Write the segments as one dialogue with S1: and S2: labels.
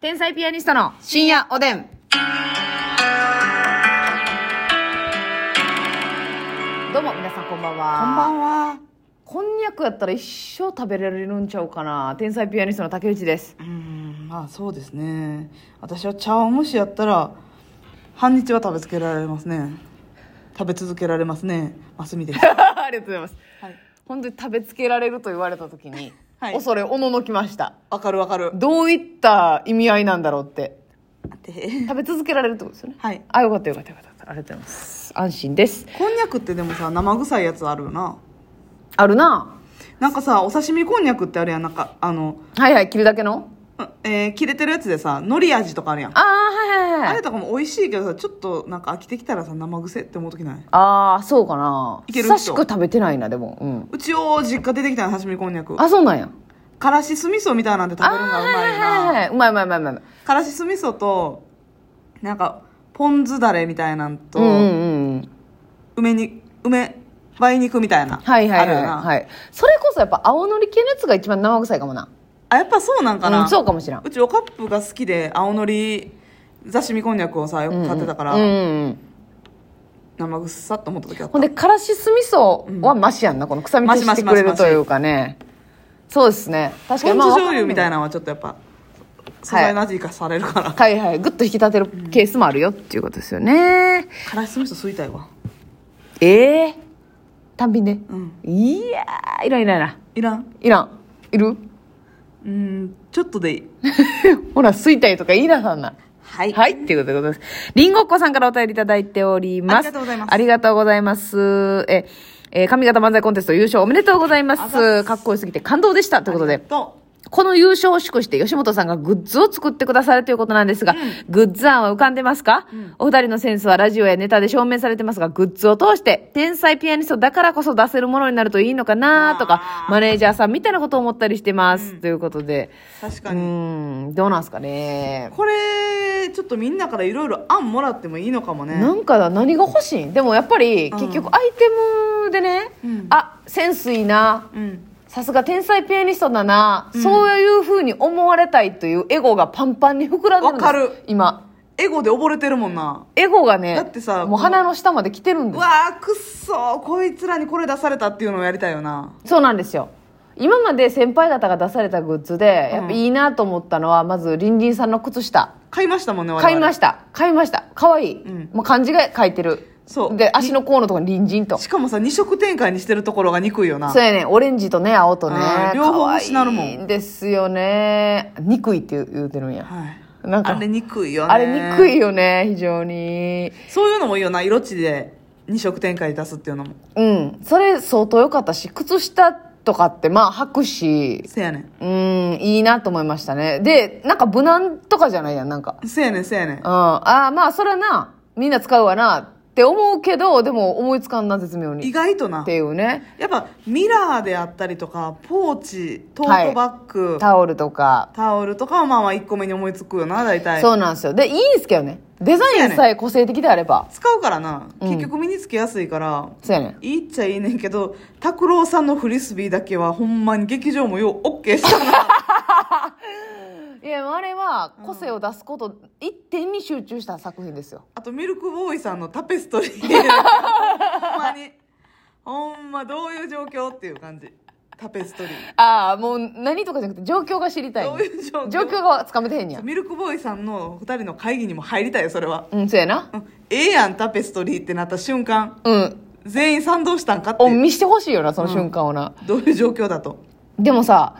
S1: 天才ピアニストの
S2: 深夜おでん。
S1: どうも皆さんこんばん
S2: こんば
S1: は
S2: んは。
S1: こんにゃくやったら一生食べられるんちゃうかな天才ピアニストの竹内です
S2: うーん、まあそうですね。私は茶碗蒸しやったら、半日は食べつけられますね。食べ続けられますね。ます みです。は
S1: ありがとうございます
S2: い。
S1: 本当に食べつけられると言われた時に、
S2: はい
S1: 恐れおののきました
S2: わかるわかる。
S1: どういった意味合いなんだろうって
S2: 待って
S1: 食べ続けられるってことですよね
S2: はい。
S1: あよかったよかったよかったありがとうございます安心です
S2: こんにゃくってでもさ、生臭いやつあるよな。
S1: あるな
S2: なんかさ、お刺身こんにゃくってあるやん。なんか、あの、
S1: はいはい切るだけの
S2: うんえー切れてるやつでさ、海苔味とかあるやん。
S1: ああはいはい
S2: あ
S1: はい
S2: れとかも美味しいけどさ、ちょっとなんか飽きてきたらさ、生臭いって思うときない
S1: ああそうかない
S2: ける
S1: 久しく食べてないなでもうん
S2: うちを実家出てきたの、刺身こんにゃく。
S1: あそうなんや
S2: からし酢味噌みたいなんで食べるのがうまい
S1: あ
S2: よ
S1: ーはいはいはい
S2: な。
S1: はいうまいうまいうまいうまい
S2: からし酢味噌と、なんか、ポン酢だれみたいなんと、
S1: うんうんうんうん
S2: 梅に、梅、梅肉みたいな。
S1: はいはい
S2: ある
S1: は
S2: よ
S1: い、
S2: な。
S1: はい、それこそやっぱ青のり系のやつが一番生臭いかもな
S2: あ、やっぱそうなんかな。
S1: うん、そうかもしらん
S2: うちおカップが好きで、青のり、刺身こんにゃくをさ、よく買ってたから、
S1: うんうんうん
S2: 生臭っと思った時あっ
S1: ほ
S2: た
S1: ん。でからし酢味噌はマシやんなこの臭み消してくれるというかねそうですね確か
S2: ポ
S1: に
S2: ン酢醤油みたい
S1: な
S2: なのはちょっとやっぱ、素材の味生かされるから。
S1: はいはいグッと引き立てるケースもあるよっていうことですよね
S2: からし酢味噌吸いたいわ。
S1: ええー、単品で
S2: うん。
S1: いやーいらんいらんいらん
S2: いらん。
S1: いらんいる
S2: うん、ちょっとでいい。
S1: ほら吸いたいとか言いなさんな
S2: はい
S1: はい、っていうことでございます。りんごっこさんからお便りいただいております。
S2: ありがとうございます
S1: ありがとうございます。え、えー上方漫才コンテスト優勝おめでとうございま。
S2: ありがとうございますす
S1: かっこよすぎて感動でした。ということで。
S2: と、
S1: この優勝を祝して吉本さんがグッズを作ってくださるということなんですが、グッズ案は浮かんでますか、お二人のセンスはラジオやネタで証明されてますが、グッズを通して、天才ピアニストだからこそ出せるものになるといいのかなとか
S2: あ、ー
S1: マネージャーさんみたいなことを思ったりしてます。ということで、
S2: 確
S1: う
S2: かに。
S1: ーん、どうなんすかね。
S2: これちょっとみんなからいろいろ案もらってもいいのかもね
S1: なんかな何が欲しいんでもやっぱり
S2: うん
S1: 結局アイテムでね、
S2: うん
S1: あセンスいいな
S2: うん
S1: さすが天才ピアニストだな、そういうふうに思われたいというエゴがパンパンに膨らんでるんです
S2: わかる
S1: 今
S2: エゴで溺れてるもんな
S1: エゴがね
S2: だってさ
S1: もう鼻の下まで来てるん
S2: う
S1: です
S2: わーくっそーこいつらにこれ出されたっていうのをやりたいよな
S1: そうなんですよ今まで先輩方が出されたグッズでやっぱいいなと思ったのは、まずリンリンさんの靴下
S2: 買いましたもんね我々
S1: 買いました買いました可愛いい、
S2: うん
S1: もう漢字が書いてる
S2: そう
S1: で足の甲のところに隣人と
S2: しかもさ二色展開にしてるところが憎いよな
S1: そうやねオレンジとね青とね
S2: うん両方
S1: 可
S2: 欲
S1: 愛
S2: しなるもん
S1: いんですよね憎いって言う言うてるんや
S2: はい、
S1: なんか
S2: あれ憎いよね
S1: あれ憎いよね非常に
S2: そういうのもいいよな色地で二色展開出すっていうのも
S1: うんそれ相当良かったし靴下とかってまあ履くし
S2: せやね
S1: うんいいなと思いましたねでなんか無難とかじゃないやんなんか
S2: んせやねんせやねん
S1: うんああまあそれはなみんな使うわなって思うけどでも思いつかんな絶妙に
S2: 意
S1: っ
S2: 外とな
S1: ていうね
S2: やっぱミラーであったりとかポーチトートバッグ、
S1: タオルとか
S2: タオルとかはまあまあ1個目に思いつくよな大体
S1: そうなんですよでいいんですけどねデザインさえ個性的であれば
S2: 使うからな
S1: うん
S2: 結局身につけやすいから、
S1: そうやねん
S2: いいっちゃいいねんけど拓郎さんのフリスビーだけはほんまに劇場もよう OK したな
S1: いやあれは個性を出すこと、一点に集中した作品ですよ
S2: あとミルクボーイさんのタペストリーほんまにほんまどういう状況っていう感じタペストリー
S1: ああもう何とかじゃなくて状況が知りたい
S2: どういう状況
S1: 状況がつかめてへんねや
S2: ミルクボーイさんの2人の会議にも入りたいよそれは、
S1: うんそうやな
S2: うんええやんタペストリーってなった瞬間
S1: うん
S2: 全員賛同したんかって
S1: お
S2: いう
S1: 見してほしいよなその瞬間をな、
S2: どういう状況だと
S1: でもさ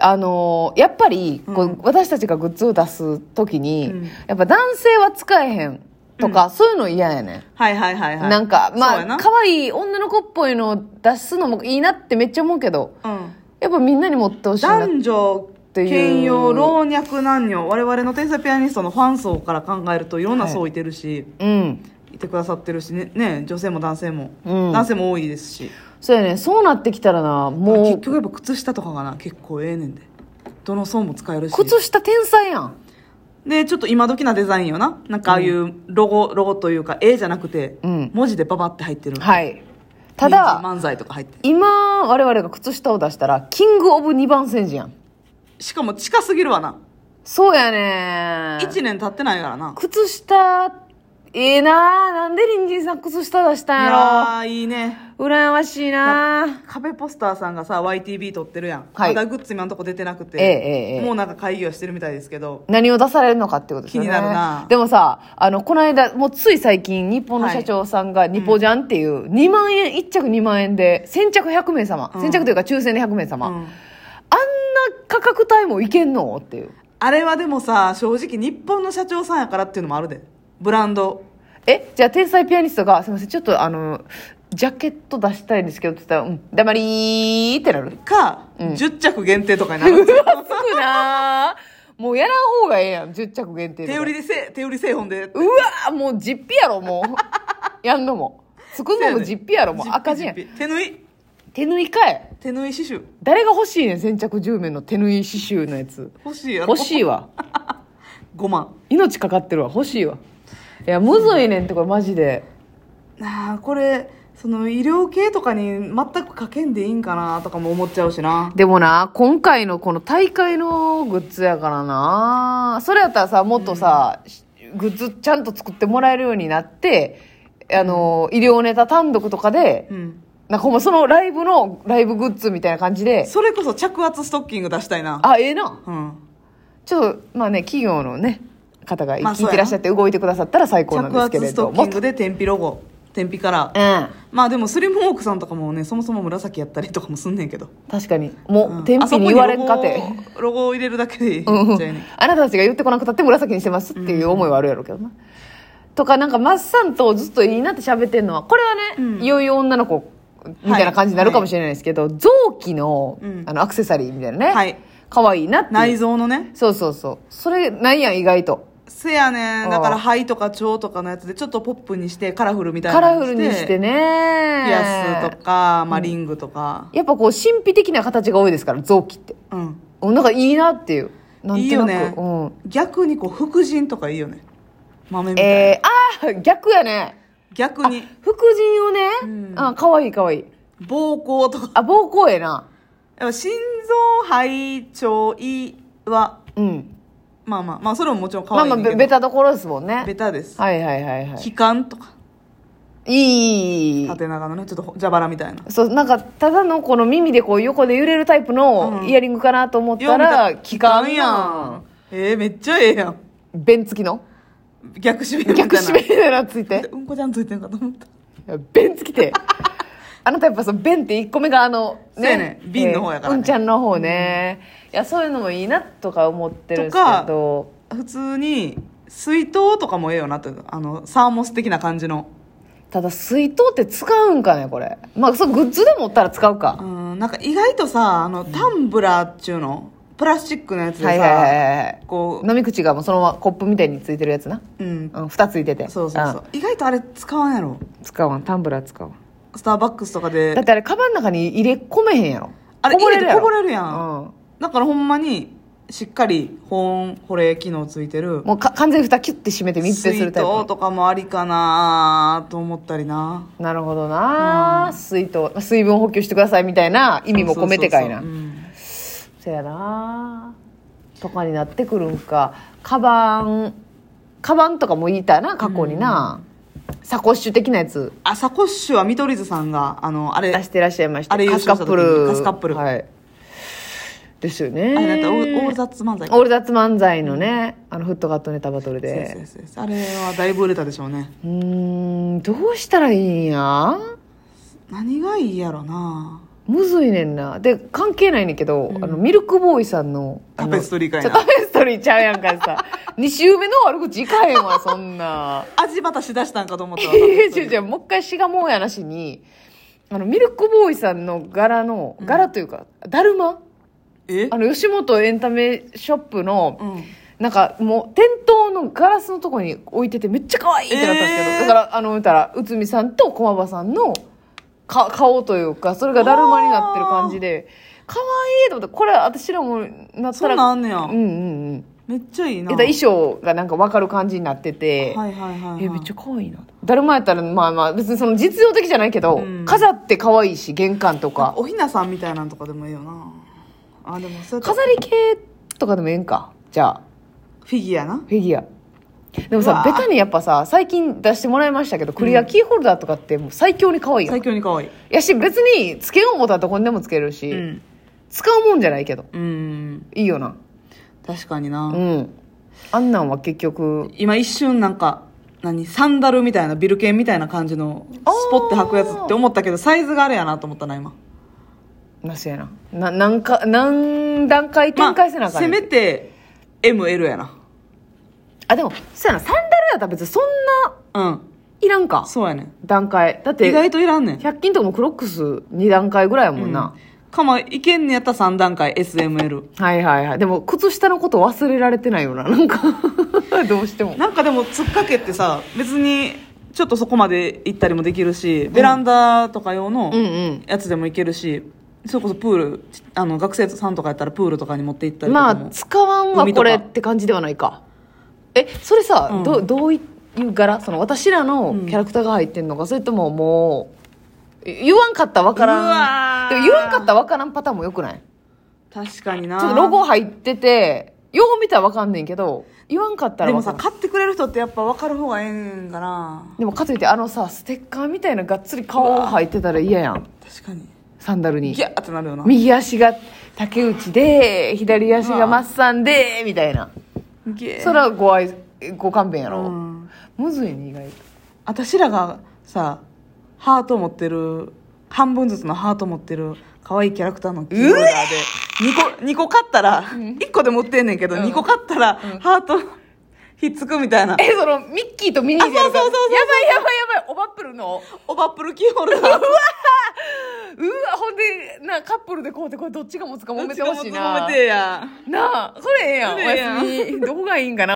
S1: あのーやっぱりこう、
S2: うん
S1: 私たちがグッズを出す時に、
S2: うん
S1: やっぱ男性は使えへんとか、そういうの嫌やねん
S2: はいはいはいはい
S1: なんか
S2: そうや
S1: まあ
S2: な
S1: 可愛い女の子っぽいのを出すのもいいなってめっちゃ思うけど
S2: うん
S1: やっぱみんなに持ってほしいな
S2: 男女
S1: ていう
S2: 兼用老若男女我々の天才ピアニストのファン層から考えるといろんな層いてるし、
S1: うん
S2: い、てくださってるしねね女性も男性も、
S1: うん
S2: 男性も多いですし
S1: そうやねそうなってきたらなも
S2: 結
S1: う
S2: 局やっぱ靴下とかがな結構ええねんでどの層も使えるし
S1: 靴下天才やん
S2: でちょっと今時なデザインよななんかああいうロゴ、ロゴというか絵じゃなくて、
S1: うん
S2: 文字でババって入ってる、
S1: はいただ
S2: 漫才とか入ってる
S1: 今我々が靴下を出したらキングオブ2番煎じやん
S2: しかも近すぎるわな
S1: そうやね
S2: 1年経ってないからな
S1: 靴下、ええななんで隣人さん靴下出したん
S2: い
S1: や
S2: やーいいね
S1: ろ羨ましいな
S2: 壁ポスターさんがさ YTB 撮ってるやん、
S1: はい
S2: まだグッズ今のとこ出てなくて、
S1: ええええええ
S2: もうなんか会議をしてるみたいですけど
S1: 何を出されるのかってことですよね
S2: 気になるな
S1: でもさあのこの間もうつい最近日本の社長さんが「ニポジャン」っていう2万円1着2万円で先着100名様、
S2: うん
S1: 先着というか抽選で100名様、
S2: うん
S1: あんな価格帯もいけんのっていう
S2: あれはでもさ正直日本の社長さんやからっていうのもあるでブランド
S1: えじゃあ天才ピアニストが「すいませんちょっとあのジャケット出したいんですけど」って言ったら「うん黙りー」ってなる
S2: か、10着限定とかにな る
S1: うわつくなーもうやらん方がええやん10着限定とか
S2: 手売りでせ手売り製本で
S1: うわーもう実費やろもうやんのも作んのも実費やろもう
S2: 実費
S1: 赤字やん
S2: 実費手縫い
S1: 手縫いかい
S2: 手縫い刺繍
S1: 誰が欲しいねん先着10名の手縫い刺繍のやつ
S2: 欲しいやろ
S1: 欲しいわ
S2: 5万
S1: 命かかってるわ欲しいわいやむずいねんってこれマジで
S2: なあこれその医療系とかに全くかけんでいいんかなとかも思っちゃうしな
S1: でもな今回のこの大会のグッズやからなそれやったらさもっとさ、グッズちゃんと作ってもらえるようになってあの、医療ネタ単独とかで
S2: うん
S1: なんかほんまそのライブのライブグッズみたいな感じで
S2: それこそ着圧ストッキング出したいな
S1: あええな
S2: うん
S1: ちょっとまあね企業のね方が
S2: まあ
S1: 聞いてらっしゃって動いてくださったら最高なん
S2: 着
S1: ですけ
S2: 圧
S1: れ
S2: スト
S1: ど
S2: ッキ
S1: も
S2: ングで天日ロゴ天日カラー
S1: うん
S2: まあでもスリムウォークさんとかもねそもそも紫やったりとかもすんねんけど
S1: 確かにもう、
S2: うん
S1: 天日に言われんかて
S2: あそこにロゴロゴを入れるだけでいい
S1: うん
S2: じゃあね
S1: あなたたちが言ってこなくたって紫にしてますっていう思いはあるやろうけどな、とかなんかマッサンとずっといいなって喋ってんのはこれはね、
S2: うん
S1: いよいよ女の子みたいな感じになるかもしれないですけど、臓器の,、
S2: うん
S1: あのアクセサリーみたいなね、
S2: はい
S1: かわいいなっていう
S2: 内臓のね
S1: そうそうそうそれないやん意外と
S2: せやねんだか
S1: あ
S2: ら
S1: あ
S2: 肺とか腸とかのやつでちょっとポップにしてカラフルみたい
S1: カ
S2: な
S1: ラフルにしてね
S2: ピアスとか、まあ、リングとか
S1: やっぱこう神秘的な形が多いですから臓器って
S2: うん
S1: うんなんかいいなっていうなんとなく
S2: いいよね
S1: うん
S2: 逆にこう副腎とかいいよね豆みたいな、
S1: えー、あー逆やね
S2: 逆に
S1: 副腎をね、
S2: うん
S1: あかわいいかわいい
S2: 膀胱とか
S1: あ膀胱やな
S2: やっぱ心臓肺腸胃は
S1: うん
S2: まあまあまあそれももちろん可
S1: まあ
S2: 愛い
S1: まあ
S2: ねんけ
S1: ベ
S2: ど、
S1: ベタどころですもん
S2: ベ
S1: ね
S2: タです
S1: はいはいはいは
S2: 気管とか
S1: いいいいいいい
S2: 縦長のねちょっと蛇腹みたいな
S1: そうなんかただのこの耳でこう横で揺れるタイプの
S2: うん
S1: イヤリングかなと思った
S2: よう
S1: ら
S2: 見
S1: 気管や
S2: んえー、めっちゃええやん
S1: ん弁付き の
S2: 逆指名みたいな
S1: 逆指名みたいなのついて
S2: うんこちゃんついてんかと思った
S1: いや弁付き てあなたやっぱその弁って1個目があの
S2: そうやね瓶の方やからね
S1: うんちゃんの方ね、いやそういうのもいいなとか思ってるんですけど
S2: 普通に水筒とかもええよなってあのサーモス的な感じの
S1: ただ水筒って使うんかねこれまあそうグッズでもおったら使う
S2: う
S1: か、
S2: んなんか意外とさあのタンブラーっちゅうのプラスチックのやつでさ、
S1: はいはいはいはい
S2: こ
S1: 飲み口がもうそのままコップみたいについてるやつな、
S2: ううん
S1: うん、蓋ついてて
S2: そうそうそう
S1: あ
S2: 意外とあれ使わんやろ
S1: 使わんタンブラー使わん
S2: スターバックスとかで
S1: だってあれカバンの中に入れ込めへんやろ
S2: あれ
S1: こぼれるやろ
S2: 入れてこぼれるやん
S1: うん
S2: だからほんまにしっかり保温保冷機能ついてる
S1: もうか完全に蓋キュッて閉めて密閉するタイ
S2: 水筒
S1: プ
S2: とかもありかなと思ったりな
S1: なるほどな、水筒まあ水分補給してくださいみたいな意味も込めてかいな
S2: そうそうそううん
S1: そやなとかになってくるんかカバンカバンとかもいいたな過去にな、サコッシュ的なやつ
S2: あサコッシュは見取り図さんがあのあれ
S1: 出してらっしゃいました
S2: あれ優
S1: カスカ
S2: 勝した
S1: ッ
S2: 時
S1: プ
S2: に
S1: ル
S2: カスカップル
S1: はいですよね
S2: あれだったオーオールザッツ漫才
S1: オールザッツ漫才のね、あのフットガットネタバトル
S2: そう
S1: で
S2: そうそうあれはだいぶ売れたでしょうね
S1: うーんどうしたらいいんや
S2: 何がいいやろな
S1: むずいねんなで関係ないねんけど、あのミルクボーイさんのあ
S2: タ
S1: の
S2: ペストリーかい
S1: ちょ
S2: な
S1: タペストリーちゃうやんかい さ2周目の悪口いかへんわそん な
S2: 味バタしだしたんかと思ったわ
S1: いや違う違うもう一回しがもうやなしにあのミルクボーイさんの柄の柄というか、だるま
S2: え
S1: あの吉本エンタメショップの、
S2: うん
S1: なんかもう店頭のガラスのとこに置いててめっちゃ可愛いってなったんですけど、
S2: えー
S1: だからあの見たら内海さんと駒場さんのか顔というかそれがだるまになってる感じで可愛いと思ってこれ私らもなった
S2: そ
S1: ら
S2: んなんあんねや
S1: うんうんうん
S2: めっちゃいい
S1: え
S2: な
S1: だから衣装がなんか分かる感じになってて、
S2: はいはいはいはい
S1: えめっちゃ可愛いなだるまやったらまあまあ別にその実用的じゃないけど、
S2: うん
S1: 飾って可愛いし玄関とか
S2: おひなさんみたいなんとかでもいいよなあでもそうやって
S1: 飾り系とかでもええんかじゃあ
S2: フィギュアな
S1: フィギュアでも
S2: う
S1: さ
S2: わ
S1: ベタにやっぱさ最近出してもらいましたけどクリアキーホルダーとかってもう最強に可愛いよ
S2: 最強に可愛い
S1: いやし別につけようもたらどこにでもつけるし、
S2: うん
S1: 使うもんじゃないけど
S2: うん
S1: いいよな
S2: 確かにな、
S1: うんあんなんは結局
S2: 今一瞬なんか何サンダルみたいなビルケンみたいな感じのスポッて履くやつって思ったけどサイズがあれやなと思ったな今
S1: なしやなななんか何段階展開せなあかん
S2: せ
S1: ねん、
S2: めて ML やな
S1: あでもそうやなサンダルやったら別にそんな
S2: うん
S1: いらんか
S2: そうやねん
S1: 段階だって
S2: 意外といらんねん
S1: 100均とかもクロックス2段階ぐらいやもんな、
S2: かもいけんねやったら3段階 SML
S1: はいはいはいでも靴下のこと忘れられてないよななんか どうしても
S2: なんかでもつっかけってさ別にちょっとそこまで行ったりもできるしベランダとか用の
S1: うんうん
S2: やつでもいけるし、それこそプールちあの学生さんとかやったらプールとかに持って行ったりと
S1: ま
S2: か
S1: あ
S2: も、
S1: 使わんはこれって感じではないかえそれさ、
S2: うん
S1: どどういう柄その私らのキャラクターが入ってんのか、それとももう言わんかったらわか
S2: う
S1: らん
S2: わー
S1: でも言わんかったらわからんパターンもよくない
S2: 確かにな
S1: ちょっとロゴ入っててよう見たらわかんねんけど言わんかったら
S2: で
S1: わ
S2: も
S1: か
S2: さ
S1: ん
S2: 買ってくれる人ってやっぱ分かる方がええんかな
S1: でもかといってあのさステッカーみたいながっつり顔入ってたら嫌やん
S2: 確かに
S1: サンダルに
S2: ギャーってなるよな
S1: 右足が竹内で左足がマッサンでみたいな
S2: ギャー
S1: それはご愛ご勘弁やろ、
S2: うん
S1: むずいね意外と
S2: 私らがさハート持ってる半分ずつのハート持ってる可愛いキャラクターのキーホルダーで2個二個買ったら1個でも売ってんねんけど2個買ったらハートひっつくみたいな
S1: えそのミッキーとミニーでやるから
S2: あそうそうそうそう
S1: やばいやばいやばいオバップルの
S2: オバップルキーホルダー
S1: うわほんでなカップルでこうってこれどっちが持つか揉めてほしいな
S2: 揉めてや
S1: なあそれええやん
S2: それええやん
S1: おやすみどこがいいんかな